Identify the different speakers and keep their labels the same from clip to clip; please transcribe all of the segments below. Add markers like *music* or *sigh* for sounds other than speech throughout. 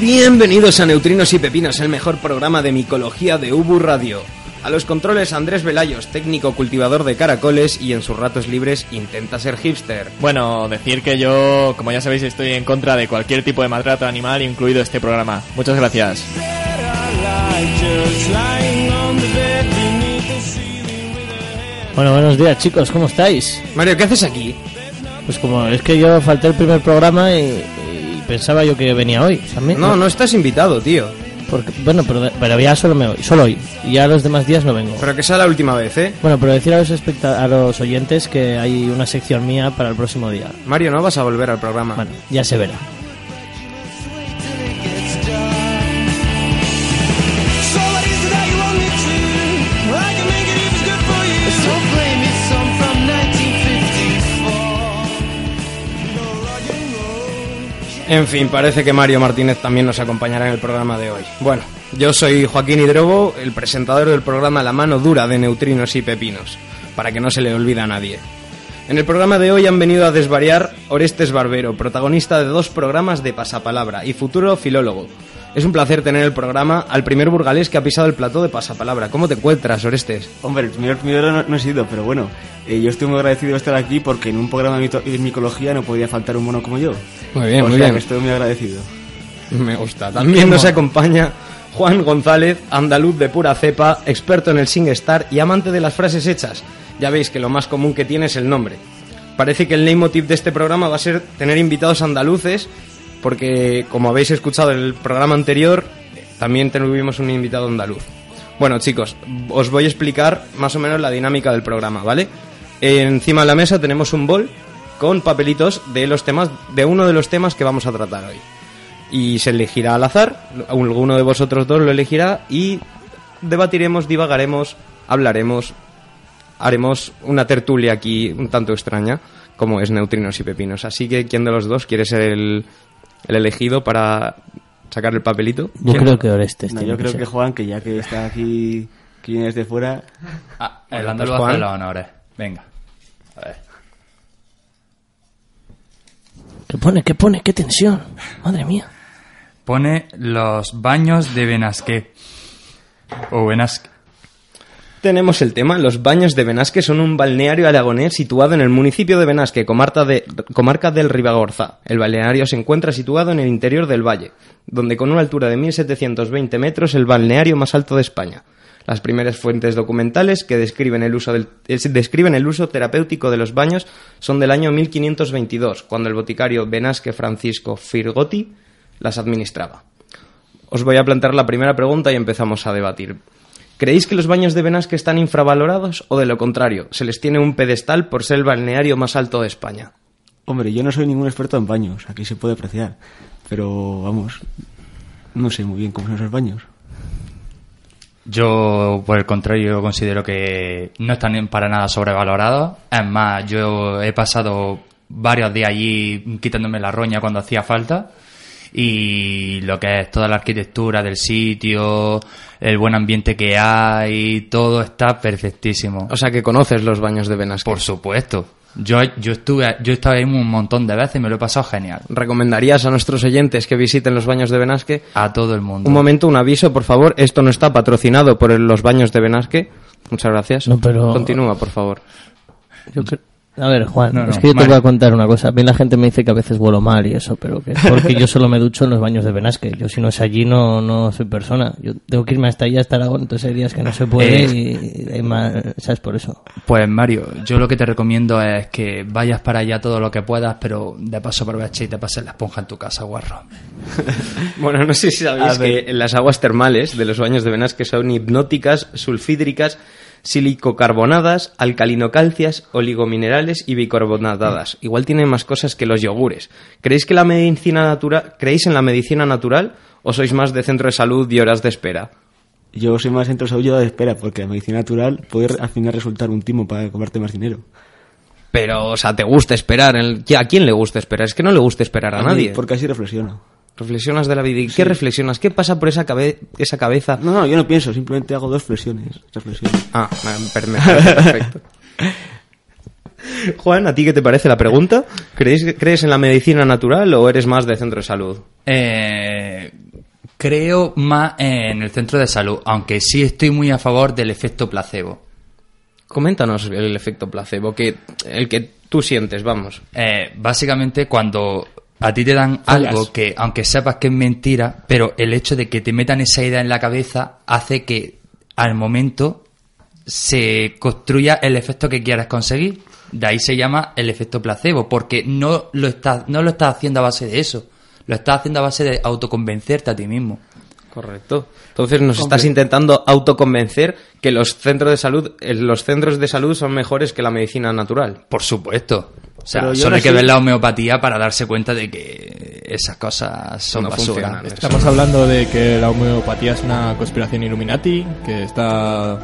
Speaker 1: Bienvenidos a Neutrinos y Pepinos, el mejor programa de micología de Ubu Radio. A los controles Andrés Velayos, técnico cultivador de caracoles y en sus ratos libres intenta ser hipster.
Speaker 2: Bueno, decir que yo, como ya sabéis, estoy en contra de cualquier tipo de maltrato animal, incluido este programa. Muchas gracias.
Speaker 3: Bueno, buenos días chicos, ¿cómo estáis?
Speaker 1: Mario, ¿qué haces aquí?
Speaker 3: Pues como es que yo falté el primer programa y, y pensaba yo que venía hoy también.
Speaker 1: No, no estás invitado, tío.
Speaker 3: Porque- bueno, pero, pero ya solo, me, solo hoy. Y ya los demás días no vengo.
Speaker 1: Pero que sea la última vez, ¿eh?
Speaker 3: Bueno, pero decir a los, especta- a los oyentes que hay una sección mía para el próximo día.
Speaker 1: Mario, no vas a volver al programa.
Speaker 3: Bueno, ya se verá.
Speaker 1: En fin, parece que Mario Martínez también nos acompañará en el programa de hoy. Bueno, yo soy Joaquín Hidrobo, el presentador del programa La mano dura de Neutrinos y Pepinos, para que no se le olvide a nadie. En el programa de hoy han venido a desvariar Orestes Barbero, protagonista de dos programas de Pasapalabra y futuro filólogo. Es un placer tener el programa al primer burgalés que ha pisado el plató de Pasapalabra. ¿Cómo te encuentras, Orestes?
Speaker 4: Hombre, el primero, primero no, no he sido, pero bueno, eh, yo estoy muy agradecido de estar aquí porque en un programa de, mito- de micología no podía faltar un mono como yo.
Speaker 1: Muy bien,
Speaker 4: o
Speaker 1: muy
Speaker 4: sea
Speaker 1: bien.
Speaker 4: que estoy muy agradecido.
Speaker 1: *laughs* Me gusta. También nos acompaña Juan González, andaluz de pura cepa, experto en el SingStar y amante de las frases hechas. Ya veis que lo más común que tiene es el nombre. Parece que el leitmotiv de este programa va a ser tener invitados andaluces, porque como habéis escuchado en el programa anterior, también tuvimos un invitado andaluz. Bueno, chicos, os voy a explicar más o menos la dinámica del programa, ¿vale? Encima de la mesa tenemos un bol con papelitos de los temas de uno de los temas que vamos a tratar hoy y se elegirá al azar, alguno de vosotros dos lo elegirá y debatiremos, divagaremos, hablaremos, haremos una tertulia aquí un tanto extraña como es Neutrinos y Pepinos. Así que, ¿quién de los dos quiere ser el, el elegido para sacar el papelito?
Speaker 3: Yo
Speaker 1: ¿Quién?
Speaker 3: creo que Orestes.
Speaker 4: No,
Speaker 3: tiene
Speaker 4: yo creo
Speaker 3: ser.
Speaker 4: que Juan, que ya que está aquí, que viene desde fuera,
Speaker 1: Ah,
Speaker 5: El
Speaker 1: bueno,
Speaker 5: andaluz
Speaker 1: pues,
Speaker 5: hace
Speaker 1: Juan.
Speaker 5: los honores. Venga. A ver.
Speaker 3: ¿Qué pone? ¿Qué pone? ¿Qué tensión? Madre mía.
Speaker 5: Pone los baños de Benasqué. O Benasqué.
Speaker 1: Tenemos el tema, los baños de Benasque son un balneario aragonés situado en el municipio de Benasque, comarca, de- comarca del Ribagorza. El balneario se encuentra situado en el interior del valle, donde con una altura de 1720 metros el balneario más alto de España. Las primeras fuentes documentales que describen el uso, del- es- describen el uso terapéutico de los baños son del año 1522, cuando el boticario Benasque Francisco Firgotti las administraba. Os voy a plantear la primera pregunta y empezamos a debatir. ¿Creéis que los baños de Benasque están infravalorados o de lo contrario, se les tiene un pedestal por ser el balneario más alto de España?
Speaker 4: hombre, yo no soy ningún experto en baños, aquí se puede apreciar, pero vamos, no sé muy bien cómo son esos baños.
Speaker 5: Yo, por el contrario, considero que no están en- para nada sobrevalorados. Es más, yo he pasado varios días allí quitándome la roña cuando hacía falta. Y lo que es toda la arquitectura del sitio, el buen ambiente que hay, todo está perfectísimo.
Speaker 1: O sea que conoces los baños de Benasque.
Speaker 5: Por supuesto. Yo, yo estuve, yo estaba ahí un montón de veces y me lo he pasado genial.
Speaker 1: ¿Recomendarías a nuestros oyentes que visiten los baños de Benasque?
Speaker 5: A todo el mundo.
Speaker 1: Un momento, un aviso, por favor. Esto no está patrocinado por el- los baños de Benasque. Muchas gracias.
Speaker 3: No, pero-
Speaker 1: Continúa, por favor.
Speaker 3: Yo cre- A ver, Juan,
Speaker 5: No, no,
Speaker 3: es que yo te
Speaker 5: Mario.
Speaker 3: voy a contar una cosa. Bien, la gente me dice que a veces huelo mal y eso, pero que es porque yo solo me ducho en los baños de Benasque. Yo, si no es allí, no, no soy persona. Yo tengo que irme hasta allá, hasta Aragón, entonces hay días que no se puede
Speaker 5: Eh.
Speaker 3: y hay más, ¿sabes? Por eso.
Speaker 5: Pues Mario, yo lo que te recomiendo es que vayas para allá todo lo que puedas, pero de paso aprovecha y te pases la esponja en tu casa, guarro.
Speaker 1: Bueno, no sé si sabéis que las aguas termales de los baños de Benasque son hipnóticas, sulfídricas, silicocarbonadas, alcalinocalcias, oligominerales y bicarbonatadas. Igual tienen más cosas que los yogures. ¿Creéis que la medicina natural, creéis en la medicina natural o sois más de centro de salud y horas de espera?
Speaker 4: Yo soy más entrosaullo de espera, porque la medicina natural puede al final resultar un timo para cobrarte más dinero.
Speaker 1: Pero, o sea, ¿te gusta esperar? El- ¿A quién le gusta esperar? Es que no le gusta esperar a,
Speaker 4: mí,
Speaker 1: nadie.
Speaker 4: Porque así reflexiono.
Speaker 1: Reflexionas de la vida. ¿Y qué reflexionas? ¿Qué pasa por esa, cabe- esa cabeza?
Speaker 4: No, no, yo no pienso, simplemente hago dos flexiones, reflexiones.
Speaker 1: Ah, me- per- me parece perfecto. *laughs* Juan, ¿a ti qué te parece la pregunta? ¿Creéis- ¿Crees en la medicina natural o eres más de centro de salud?
Speaker 5: Eh, creo más en el centro de salud, aunque sí estoy muy a favor del efecto placebo.
Speaker 1: Coméntanos el efecto placebo, que el que tú sientes, vamos.
Speaker 5: Eh, básicamente, cuando a ti te dan
Speaker 2: Fallas.
Speaker 5: algo que, aunque sepas que es mentira, pero el hecho de que te metan esa idea en la cabeza hace que al momento se construya el efecto que quieras conseguir. De ahí se llama el efecto placebo, porque no lo estás, no lo estás haciendo a base de eso. Lo estás haciendo a base de autoconvencerte a ti mismo.
Speaker 1: Correcto. Entonces nos estás intentando autoconvencer que los centros de salud, eh, los centros de salud son mejores que la medicina natural.
Speaker 5: Por supuesto. O sea,
Speaker 4: Pero yo
Speaker 5: solo
Speaker 4: no
Speaker 5: hay que
Speaker 4: soy-
Speaker 5: ver la homeopatía para darse cuenta de que esas cosas son
Speaker 1: No
Speaker 5: basura.
Speaker 1: funcionan,
Speaker 2: Estamos hablando de que la homeopatía es una conspiración Illuminati, que está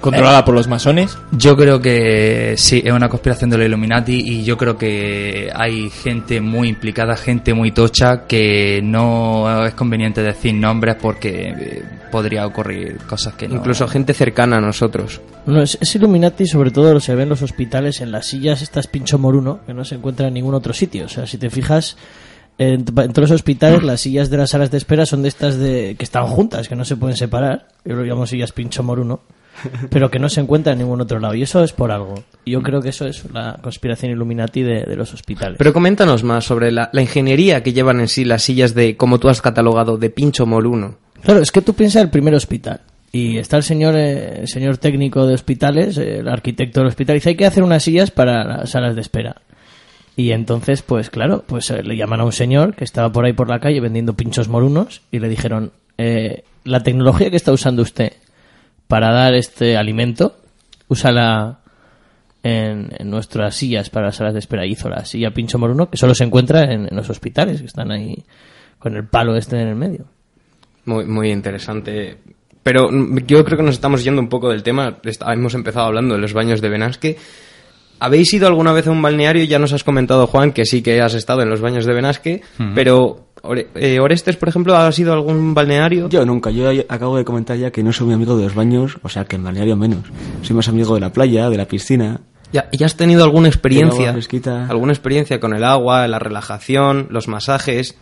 Speaker 2: controlada por los masones.
Speaker 5: Yo creo que sí, es una conspiración de los Illuminati y yo creo que hay gente muy implicada, gente muy tocha, que no es conveniente decir nombres porque eh, podría ocurrir cosas que no.
Speaker 1: Incluso gente cercana a nosotros.
Speaker 3: No, es, es Illuminati sobre todo se ve en los hospitales, en las sillas estas pincho moruno, que no se encuentra en ningún otro sitio. O sea, si te fijas, en, t- en todos los hospitales las sillas de las salas de espera son de estas de que están juntas, que no se pueden separar. Yo lo llamo sillas pincho moruno, pero que no se encuentra en ningún otro lado. Y eso es por algo. Y Yo creo que eso es la conspiración Illuminati de, de los hospitales.
Speaker 1: Pero coméntanos más sobre la, la ingeniería que llevan en sí las sillas de, como tú has catalogado, de pincho moluno.
Speaker 3: Claro, es que tú piensas el primer hospital. Y está el señor, eh, el señor técnico de hospitales, eh, el arquitecto del hospital, y dice, hay que hacer unas sillas para las salas de espera. Y entonces, pues claro, pues eh, le llaman a un señor que estaba por ahí por la calle vendiendo pinchos morunos y le dijeron, eh, la tecnología que está usando usted para dar este alimento, úsala en, en nuestras sillas para las salas de espera. Y Hizo la silla pincho moruno que solo se encuentra en, en los hospitales, que están ahí con el palo este en el medio.
Speaker 1: Muy, muy interesante. Pero mm, yo creo que nos estamos yendo un poco del tema. Está- hemos empezado hablando de los baños de Benasque. ¿Habéis ido alguna vez a un balneario? Ya nos has comentado, Juan, que sí que has estado en los baños de Benasque. Pero, Ore- eh, Orestes, por ejemplo, ¿has ido a algún balneario?
Speaker 4: Yo nunca, yo ya- acabo de comentar ya que no soy muy amigo de los baños, o sea que en balneario menos. Soy más amigo de la playa, de la piscina.
Speaker 1: ¿Ya, ya has tenido alguna experiencia?
Speaker 4: agua fresquita.
Speaker 1: ¿Alguna experiencia con el agua, la relajación, los masajes?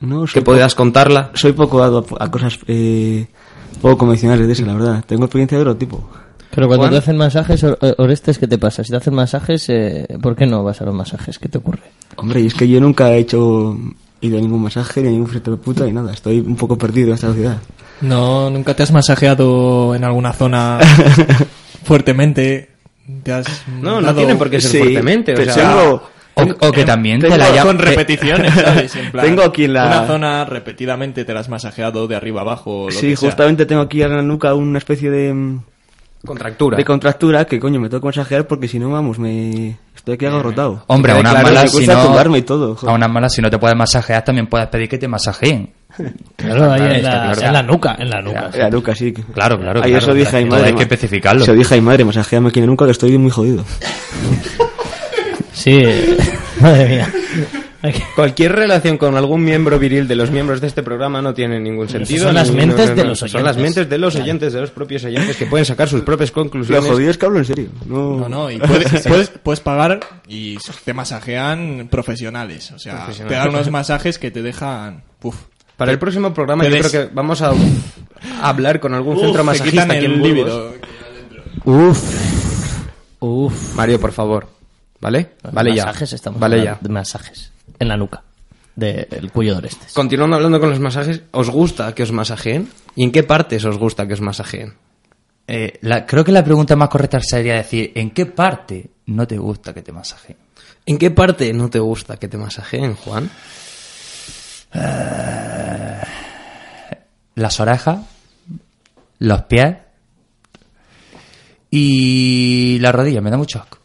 Speaker 4: No,
Speaker 1: ¿Que
Speaker 4: soy, po-
Speaker 1: podías contarla?
Speaker 4: soy poco dado a, a cosas eh, poco convencionales de eso, la verdad. Tengo experiencia de otro tipo.
Speaker 3: Pero cuando
Speaker 1: Juan.
Speaker 3: te hacen masajes, Or- Orestes, ¿qué te pasa? Si te hacen masajes, eh, ¿por qué no vas a los masajes? ¿Qué te ocurre?
Speaker 4: Hombre, y es que yo nunca he hecho ido a ningún masaje, ni a ningún frito de puta, ni nada. Estoy un poco perdido en esta sociedad.
Speaker 2: No, nunca te has masajeado en alguna *laughs* zona fuertemente. Te has
Speaker 1: No, no
Speaker 2: dado-
Speaker 1: tiene por qué ser
Speaker 4: Sí,
Speaker 1: fuertemente. O
Speaker 4: pero
Speaker 1: sea,
Speaker 4: tengo-
Speaker 5: O, o que también te
Speaker 2: Tengo
Speaker 5: la
Speaker 2: con
Speaker 5: llaman.
Speaker 2: repeticiones, ¿sabes? *laughs* En plan,
Speaker 4: Tengo aquí la-
Speaker 2: Una zona repetidamente te la has masajeado de arriba abajo. o Lo
Speaker 4: Sí,
Speaker 2: que sea.
Speaker 4: justamente tengo aquí en la nuca una especie de, mm,
Speaker 1: contractura.
Speaker 4: de contractura que, coño, me tengo que masajear porque si no, vamos, me estoy aquí agarrotado.
Speaker 5: Eh, Hombre,
Speaker 4: Claro,
Speaker 5: a unas
Speaker 4: claro, me
Speaker 5: malas si
Speaker 4: cuesta
Speaker 5: no.
Speaker 4: tumbarme y todo. joder.
Speaker 5: A unas malas si no te puedes masajear, también puedes pedir que te masajeen.
Speaker 3: Claro, ahí en la,
Speaker 5: claro.
Speaker 3: en la nuca, en la nuca.
Speaker 4: La nuca, sí.
Speaker 5: Claro, claro,
Speaker 4: Ahí
Speaker 5: claro,
Speaker 4: eso dije a mi
Speaker 5: todo
Speaker 4: madre.
Speaker 5: hay que especificarlo.
Speaker 4: Eso dije a mi madre, masajeame aquí en la nuca que estoy muy jodido.
Speaker 3: Sí, *laughs* madre mía.
Speaker 1: Cualquier relación con algún miembro viril de los miembros de este programa no tiene ningún sentido.
Speaker 3: son las
Speaker 1: No, no,
Speaker 3: mentes
Speaker 1: no,
Speaker 3: de
Speaker 1: no.
Speaker 3: los
Speaker 1: Son las
Speaker 3: oyentes.
Speaker 1: mentes de los oyentes, de los propios oyentes, que pueden sacar sus propias
Speaker 4: Lo
Speaker 1: conclusiones.
Speaker 4: jodido es que hablo en serio. No,
Speaker 1: *laughs*
Speaker 2: No, no, y
Speaker 4: *laughs*
Speaker 2: puedes, puedes, puedes pagar y te masajean profesionales. O sea,
Speaker 1: Profesionales.
Speaker 2: te dan unos masajes que te dejan. Uf.
Speaker 1: Para el próximo programa
Speaker 2: Te
Speaker 1: yo
Speaker 2: des-
Speaker 1: creo que vamos a hablar con algún centro
Speaker 2: Uf, te
Speaker 1: masajista
Speaker 2: quitan
Speaker 1: aquí en
Speaker 2: el
Speaker 1: Burgos.
Speaker 2: líbido.
Speaker 3: Uf. Uf.
Speaker 1: Mario, por favor. ¿Vale? Vale
Speaker 3: Masajes
Speaker 1: ya.
Speaker 3: estamos
Speaker 1: Vale ya.
Speaker 3: hablando De masajes. En la nuca. Del cuello de Orestes.
Speaker 1: Continuando hablando con los masajes, ¿os gusta que os masajeen? ¿Y en qué partes os gusta que os masajeen?
Speaker 5: Eh, la- creo que la pregunta más correcta sería decir: ¿en qué parte no te gusta que te masajeen?
Speaker 1: ¿En qué parte no te gusta que te masajeen, Juan?
Speaker 5: las orejas, los pies y la rodilla. Me da mucho asco.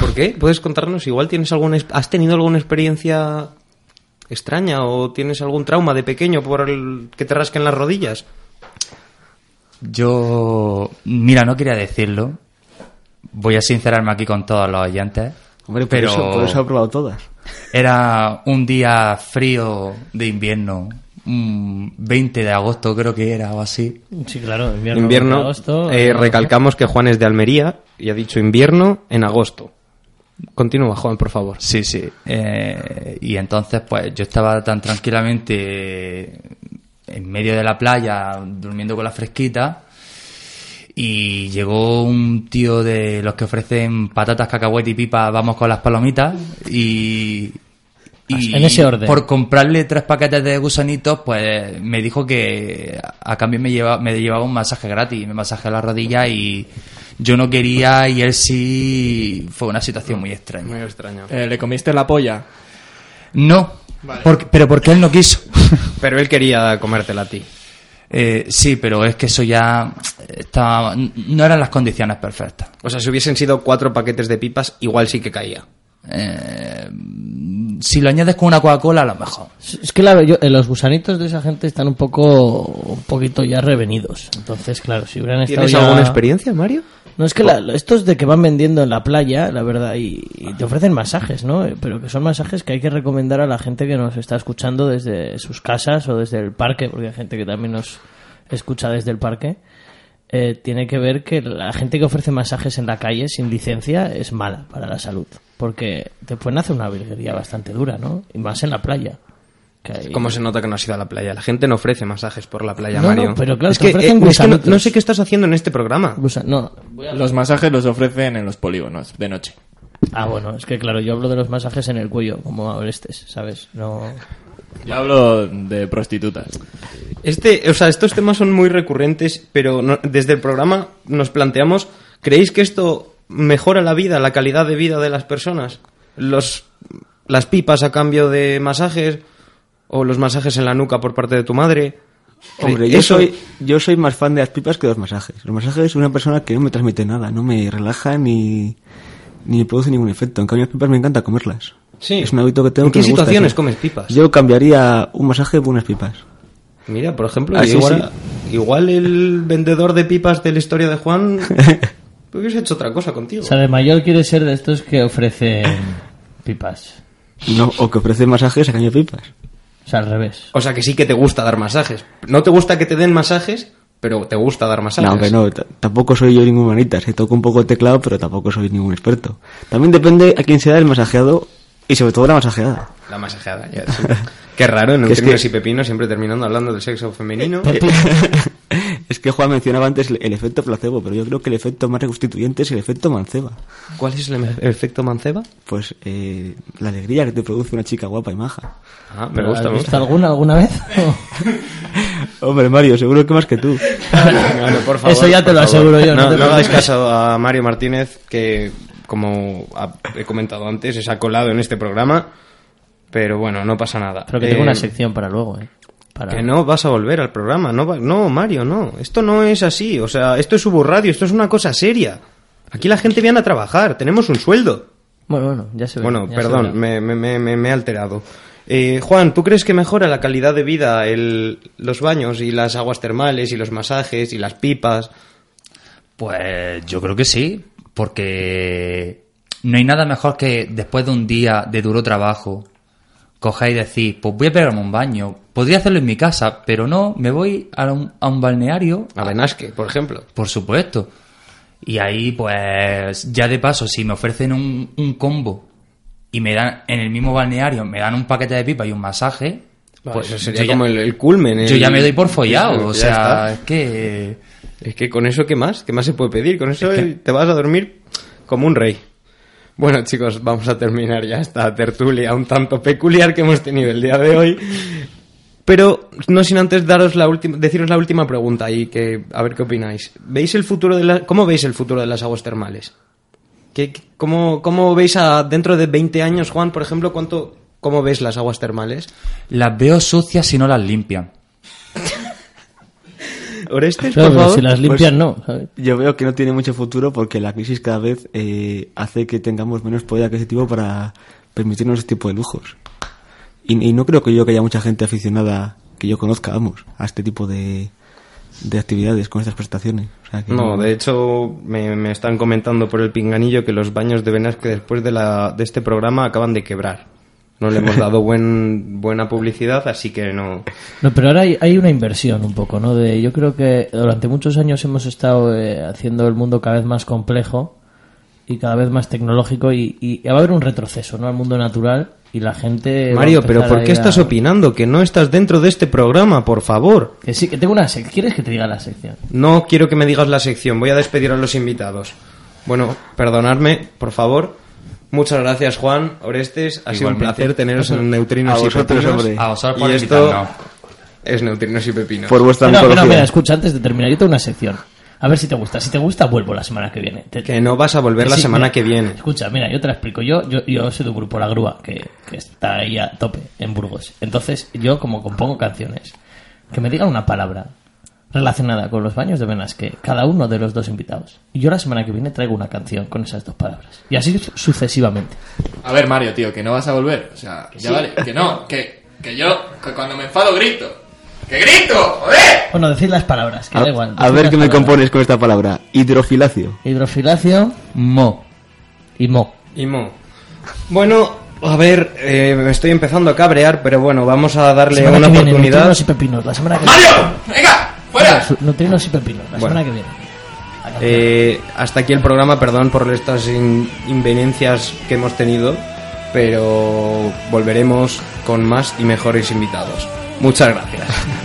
Speaker 1: ¿Por qué? ¿Puedes contarnos? Igual tienes alguna, ex- has tenido alguna experiencia extraña o tienes algún trauma de pequeño por el que te rasquen las rodillas.
Speaker 5: Yo, mira, no quería decirlo. Voy a sincerarme aquí con todos los oyentes.
Speaker 4: Hombre, por,
Speaker 5: pero
Speaker 4: eso, por eso he probado todas.
Speaker 5: era un día frío de invierno, un 20 de agosto creo que era o así.
Speaker 3: Sí, claro, invierno.
Speaker 1: invierno.
Speaker 3: agosto,
Speaker 1: eh,
Speaker 3: agosto.
Speaker 1: recalcamos que Juan es de Almería y ha dicho invierno en agosto. Continúa, Juan, por favor.
Speaker 5: Sí, sí. Eh, y entonces, pues yo estaba tan tranquilamente en medio de la playa, durmiendo con la fresquita, y llegó un tío de los que ofrecen patatas, cacahuete y pipa, vamos con las palomitas, y... y
Speaker 3: En ese orden.
Speaker 5: Por comprarle tres paquetes de gusanitos, pues me dijo que a cambio me, lleva, me llevaba un masaje gratis, me masajeó la rodilla y yo no quería y él sí fue una situación muy extraña.
Speaker 1: Muy extraño.
Speaker 2: Eh, ¿Le comiste la polla?
Speaker 5: No, porque- pero porque él no quiso.
Speaker 1: Pero él quería comértela a ti.
Speaker 5: *laughs* Eh, sí, pero es que eso ya estaba, no eran las condiciones perfectas.
Speaker 1: O sea, si hubiesen sido cuatro paquetes de pipas, igual sí que caía.
Speaker 5: Eh, si lo añades con una Coca-Cola, a lo mejor.
Speaker 3: Es que la- yo- eh, los gusanitos de esa gente están un poco, un poquito ya revenidos. Entonces, claro, si hubieran estado
Speaker 1: ¿Tienes
Speaker 3: ya-
Speaker 1: alguna experiencia, Mario?
Speaker 3: No, es que la- estos de que van vendiendo en la playa, la verdad, y, y te ofrecen masajes, ¿no? Eh, Pero que son masajes que hay que recomendar a la gente que nos está escuchando desde sus casas o desde el parque, porque hay gente que también nos escucha desde el parque. Eh, tiene que ver que la gente que ofrece masajes en la calle sin licencia es mala para la salud, porque te pueden hacer una virguería bastante dura, ¿no? Y más en la playa. que hay-
Speaker 1: ¿Cómo se nota que no has ido a la playa? La gente no ofrece masajes por la playa,
Speaker 3: No,
Speaker 1: Mario.
Speaker 3: no, pero claro,
Speaker 1: es
Speaker 3: te
Speaker 1: que,
Speaker 3: ofrecen
Speaker 1: eh, es que no,
Speaker 3: gusanitos.
Speaker 1: no sé qué estás haciendo en este programa.
Speaker 3: Gusa- no.
Speaker 2: Los masajes los ofrecen en los polígonos de noche.
Speaker 3: Ah, bueno, es que claro, yo hablo de los masajes en el cuello, como a estés, ¿sabes? No.
Speaker 2: Yo hablo de prostitutas.
Speaker 1: Este, o sea, estos temas son muy recurrentes, pero no- desde el programa nos planteamos, ¿creéis que esto mejora la vida, la calidad de vida de las personas? Los, las pipas a cambio de masajes o los masajes en la nuca por parte de tu madre.
Speaker 4: Hombre,
Speaker 1: ¿Cre-
Speaker 4: yo
Speaker 1: eso-
Speaker 4: soy, yo soy más fan de las pipas que de los masajes. Los masajes es una persona que no me transmite nada, no me relaja ni, ni me produce ningún efecto. En cambio, las pipas me encanta comerlas.
Speaker 1: Sí.
Speaker 4: Es un hábito que tengo
Speaker 1: ¿En
Speaker 4: que
Speaker 1: qué
Speaker 4: me gusta,
Speaker 1: situaciones
Speaker 4: sí.
Speaker 1: comes pipas?
Speaker 4: Yo cambiaría un masaje por unas pipas. *laughs*
Speaker 1: Mira, por ejemplo,
Speaker 4: Ah, sí,
Speaker 1: igual, igual el vendedor de pipas de la historia de
Speaker 4: *laughs*
Speaker 1: Juan pues hubiese hecho otra cosa contigo.
Speaker 3: O sea, de mayor quiere ser de estos que ofrecen pipas.
Speaker 4: No, o que ofrece masajes a cambio de pipas.
Speaker 3: O sea, al revés.
Speaker 1: O sea, que sí que te gusta dar masajes. No te gusta que te den masajes, pero te gusta dar masajes.
Speaker 4: No, aunque no, t- tampoco soy yo ningún manita. Se toco un poco el teclado, pero tampoco soy ningún experto. También depende a quién sea el masajeado y sobre todo la masajeada.
Speaker 1: La masajeada, ya. sí.
Speaker 3: *laughs*
Speaker 1: Qué raro, en
Speaker 4: Que es
Speaker 1: neutrinos
Speaker 4: que-
Speaker 1: y pepinos siempre terminando hablando del sexo femenino.
Speaker 3: Eh,
Speaker 4: *laughs* es que Juan mencionaba antes el, el efecto placebo, pero yo creo que el efecto más reconstituyente es el efecto manceba.
Speaker 1: ¿Cuál es el em- efecto manceba?
Speaker 4: Pues eh, la alegría que te produce una chica guapa y maja.
Speaker 1: Ah, me gusta, me
Speaker 3: ¿Has
Speaker 1: *laughs*
Speaker 3: visto
Speaker 1: gusta.
Speaker 3: alguna alguna vez?
Speaker 4: Hombre, Mario, seguro que más que tú.
Speaker 1: Claro, por favor,
Speaker 3: Eso ya te
Speaker 1: por
Speaker 3: lo
Speaker 1: favor.
Speaker 3: aseguro yo,
Speaker 1: No,
Speaker 3: no te
Speaker 1: no
Speaker 3: preocupes.
Speaker 1: hagáis caso a Mario Martínez, que como ha- he comentado antes, se ha colado en este programa. Pero bueno, no pasa nada.
Speaker 3: *laughs* Pero que tengo
Speaker 1: Eh,
Speaker 3: una sección para luego, ¿eh? Para...
Speaker 1: Que no vas a volver al programa. No, va- no, Mario, no. Esto no es así. O sea, esto es suburradio. Esto es una cosa seria. Aquí la gente viene a trabajar. Tenemos un sueldo.
Speaker 3: Bueno, bueno, ya se ve.
Speaker 1: Bueno,
Speaker 3: ya se
Speaker 1: perdón, me,
Speaker 3: verá.
Speaker 1: me- me- me- me he alterado. Eh, Juan, ¿tú crees que mejora la calidad de vida el, los baños y las aguas termales y los masajes y las pipas?
Speaker 5: Pues yo creo que sí, porque no hay nada mejor que después de un día de duro trabajo, coger y decir, pues voy a pegarme un baño. Podría hacerlo en mi casa, pero no, me voy a un, a un balneario
Speaker 1: A Benasque, por ejemplo.
Speaker 5: Por supuesto. Y ahí, pues, ya de paso, si me ofrecen un, un combo y me dan, en el mismo balneario, me dan un paquete de pipa y un masaje,
Speaker 1: Pues
Speaker 5: pues
Speaker 1: eso sería
Speaker 5: yo,
Speaker 1: como
Speaker 5: ya,
Speaker 1: el, el culmen.
Speaker 5: yo
Speaker 1: el-
Speaker 5: ya me doy por
Speaker 1: Sí,
Speaker 5: follado. O
Speaker 1: ya
Speaker 5: sea,
Speaker 1: está.
Speaker 5: es que.
Speaker 1: Es que con eso, ¿qué más? ¿Qué más se puede pedir? Con eso eh, te vas a dormir como un rey. Bueno, chicos, vamos a terminar ya esta tertulia un tanto peculiar que hemos tenido el día de hoy. Pero no sin antes daros la última, deciros la última pregunta y que a ver qué opináis. ¿Veis el futuro de la- cómo veis el futuro de las aguas termales? ¿Qué, qué- cómo, cómo veis a, dentro de 20 años, Juan, por ejemplo, cuánto cómo ves las aguas termales?
Speaker 5: Las veo sucias si no las limpian.
Speaker 1: Orestes,
Speaker 3: Claro,
Speaker 1: por
Speaker 3: pero
Speaker 1: favor.
Speaker 3: si las limpias
Speaker 4: Pues-
Speaker 3: no, ¿sabes?
Speaker 4: Yo veo que no tiene mucho futuro porque la crisis cada vez eh, hace que tengamos menos poder adquisitivo para permitirnos este tipo de lujos. Y, y no creo que yo que haya mucha gente aficionada que yo conozca, vamos, a este tipo de, de actividades con estas prestaciones. O sea que
Speaker 1: No, de hecho me, me están comentando por el pinganillo que los baños de Benasque después de, la, de este programa acaban de quebrar. No le hemos
Speaker 3: *laughs*
Speaker 1: dado buen, buena publicidad, así que no.
Speaker 3: No, pero ahora hay, hay una inversión un poco, ¿no? De, yo creo que durante muchos años hemos estado eh, haciendo el mundo cada vez más complejo y cada vez más tecnológico y, y va a haber un retroceso, ¿no? Al mundo natural Y la gente... va a
Speaker 1: Mario,
Speaker 3: empezar
Speaker 1: pero ¿por
Speaker 3: a
Speaker 1: qué
Speaker 3: ir a-
Speaker 1: estás opinando? Que no estás dentro de este programa, por favor.
Speaker 3: Que sí, que tengo una sección. ¿Quieres que te diga la sección?
Speaker 1: No quiero que me digas la sección, voy a despedir a los invitados. Bueno, perdonadme, por favor. Muchas gracias, Juan, Orestes. Ha sido un
Speaker 5: Igualmente.
Speaker 1: placer teneros en Neutrinos
Speaker 4: A
Speaker 1: y
Speaker 4: vosotros,
Speaker 1: Pepinos.
Speaker 4: hombre.
Speaker 5: A vosotros por
Speaker 1: Y esto
Speaker 5: invitarnos.
Speaker 1: es Neutrinos y Pepinos.
Speaker 4: Por vuestra
Speaker 3: No, no,
Speaker 4: mitología.
Speaker 3: mira, escucha, antes de terminar, yo tengo una sección. A ver si te gusta. Si te gusta, vuelvo la semana que viene. Te-
Speaker 1: Que no vas a volver
Speaker 3: que
Speaker 1: la
Speaker 3: sí,
Speaker 1: semana
Speaker 3: mira,
Speaker 1: que viene.
Speaker 3: Escucha, mira, yo te la explico. Yo, yo, yo soy de un grupo La Grúa, que, que está ahí a tope, en Burgos. Entonces, yo como compongo canciones, que me digan una palabra relacionada con los baños de venas que cada uno de los dos invitados. Y yo la semana que viene traigo una canción con esas dos palabras. Y así su- sucesivamente.
Speaker 2: A ver, Mario, tío, que no vas a volver. O sea, ya vale. Que no, que, que yo, que cuando me enfado grito. ¡Que grito! ¡Joder!
Speaker 3: Bueno, decir las palabras, que
Speaker 4: A,
Speaker 3: da igual.
Speaker 4: a
Speaker 3: decid
Speaker 4: ver
Speaker 3: las
Speaker 4: qué me
Speaker 3: palabras.
Speaker 4: compones con esta palabra. Hidrofilacio.
Speaker 3: Hidrofilacio
Speaker 5: Mo.
Speaker 3: y mo.
Speaker 1: Y Mo. Bueno, a ver, eh, me estoy empezando a cabrear, pero bueno, vamos a darle
Speaker 3: Semana
Speaker 1: una
Speaker 3: que viene,
Speaker 1: oportunidad.
Speaker 3: Neutrinos y pepinos, la semana que viene.
Speaker 2: ¡Mario! ¡Venga! ¡Fuera!
Speaker 3: Su- Neutrinos y pepinos, la
Speaker 1: Bueno.
Speaker 3: semana que viene.
Speaker 1: Eh, hasta aquí el programa, perdón por estas in- inveniencias que hemos tenido, pero volveremos con más y mejores invitados. Muchas gracias.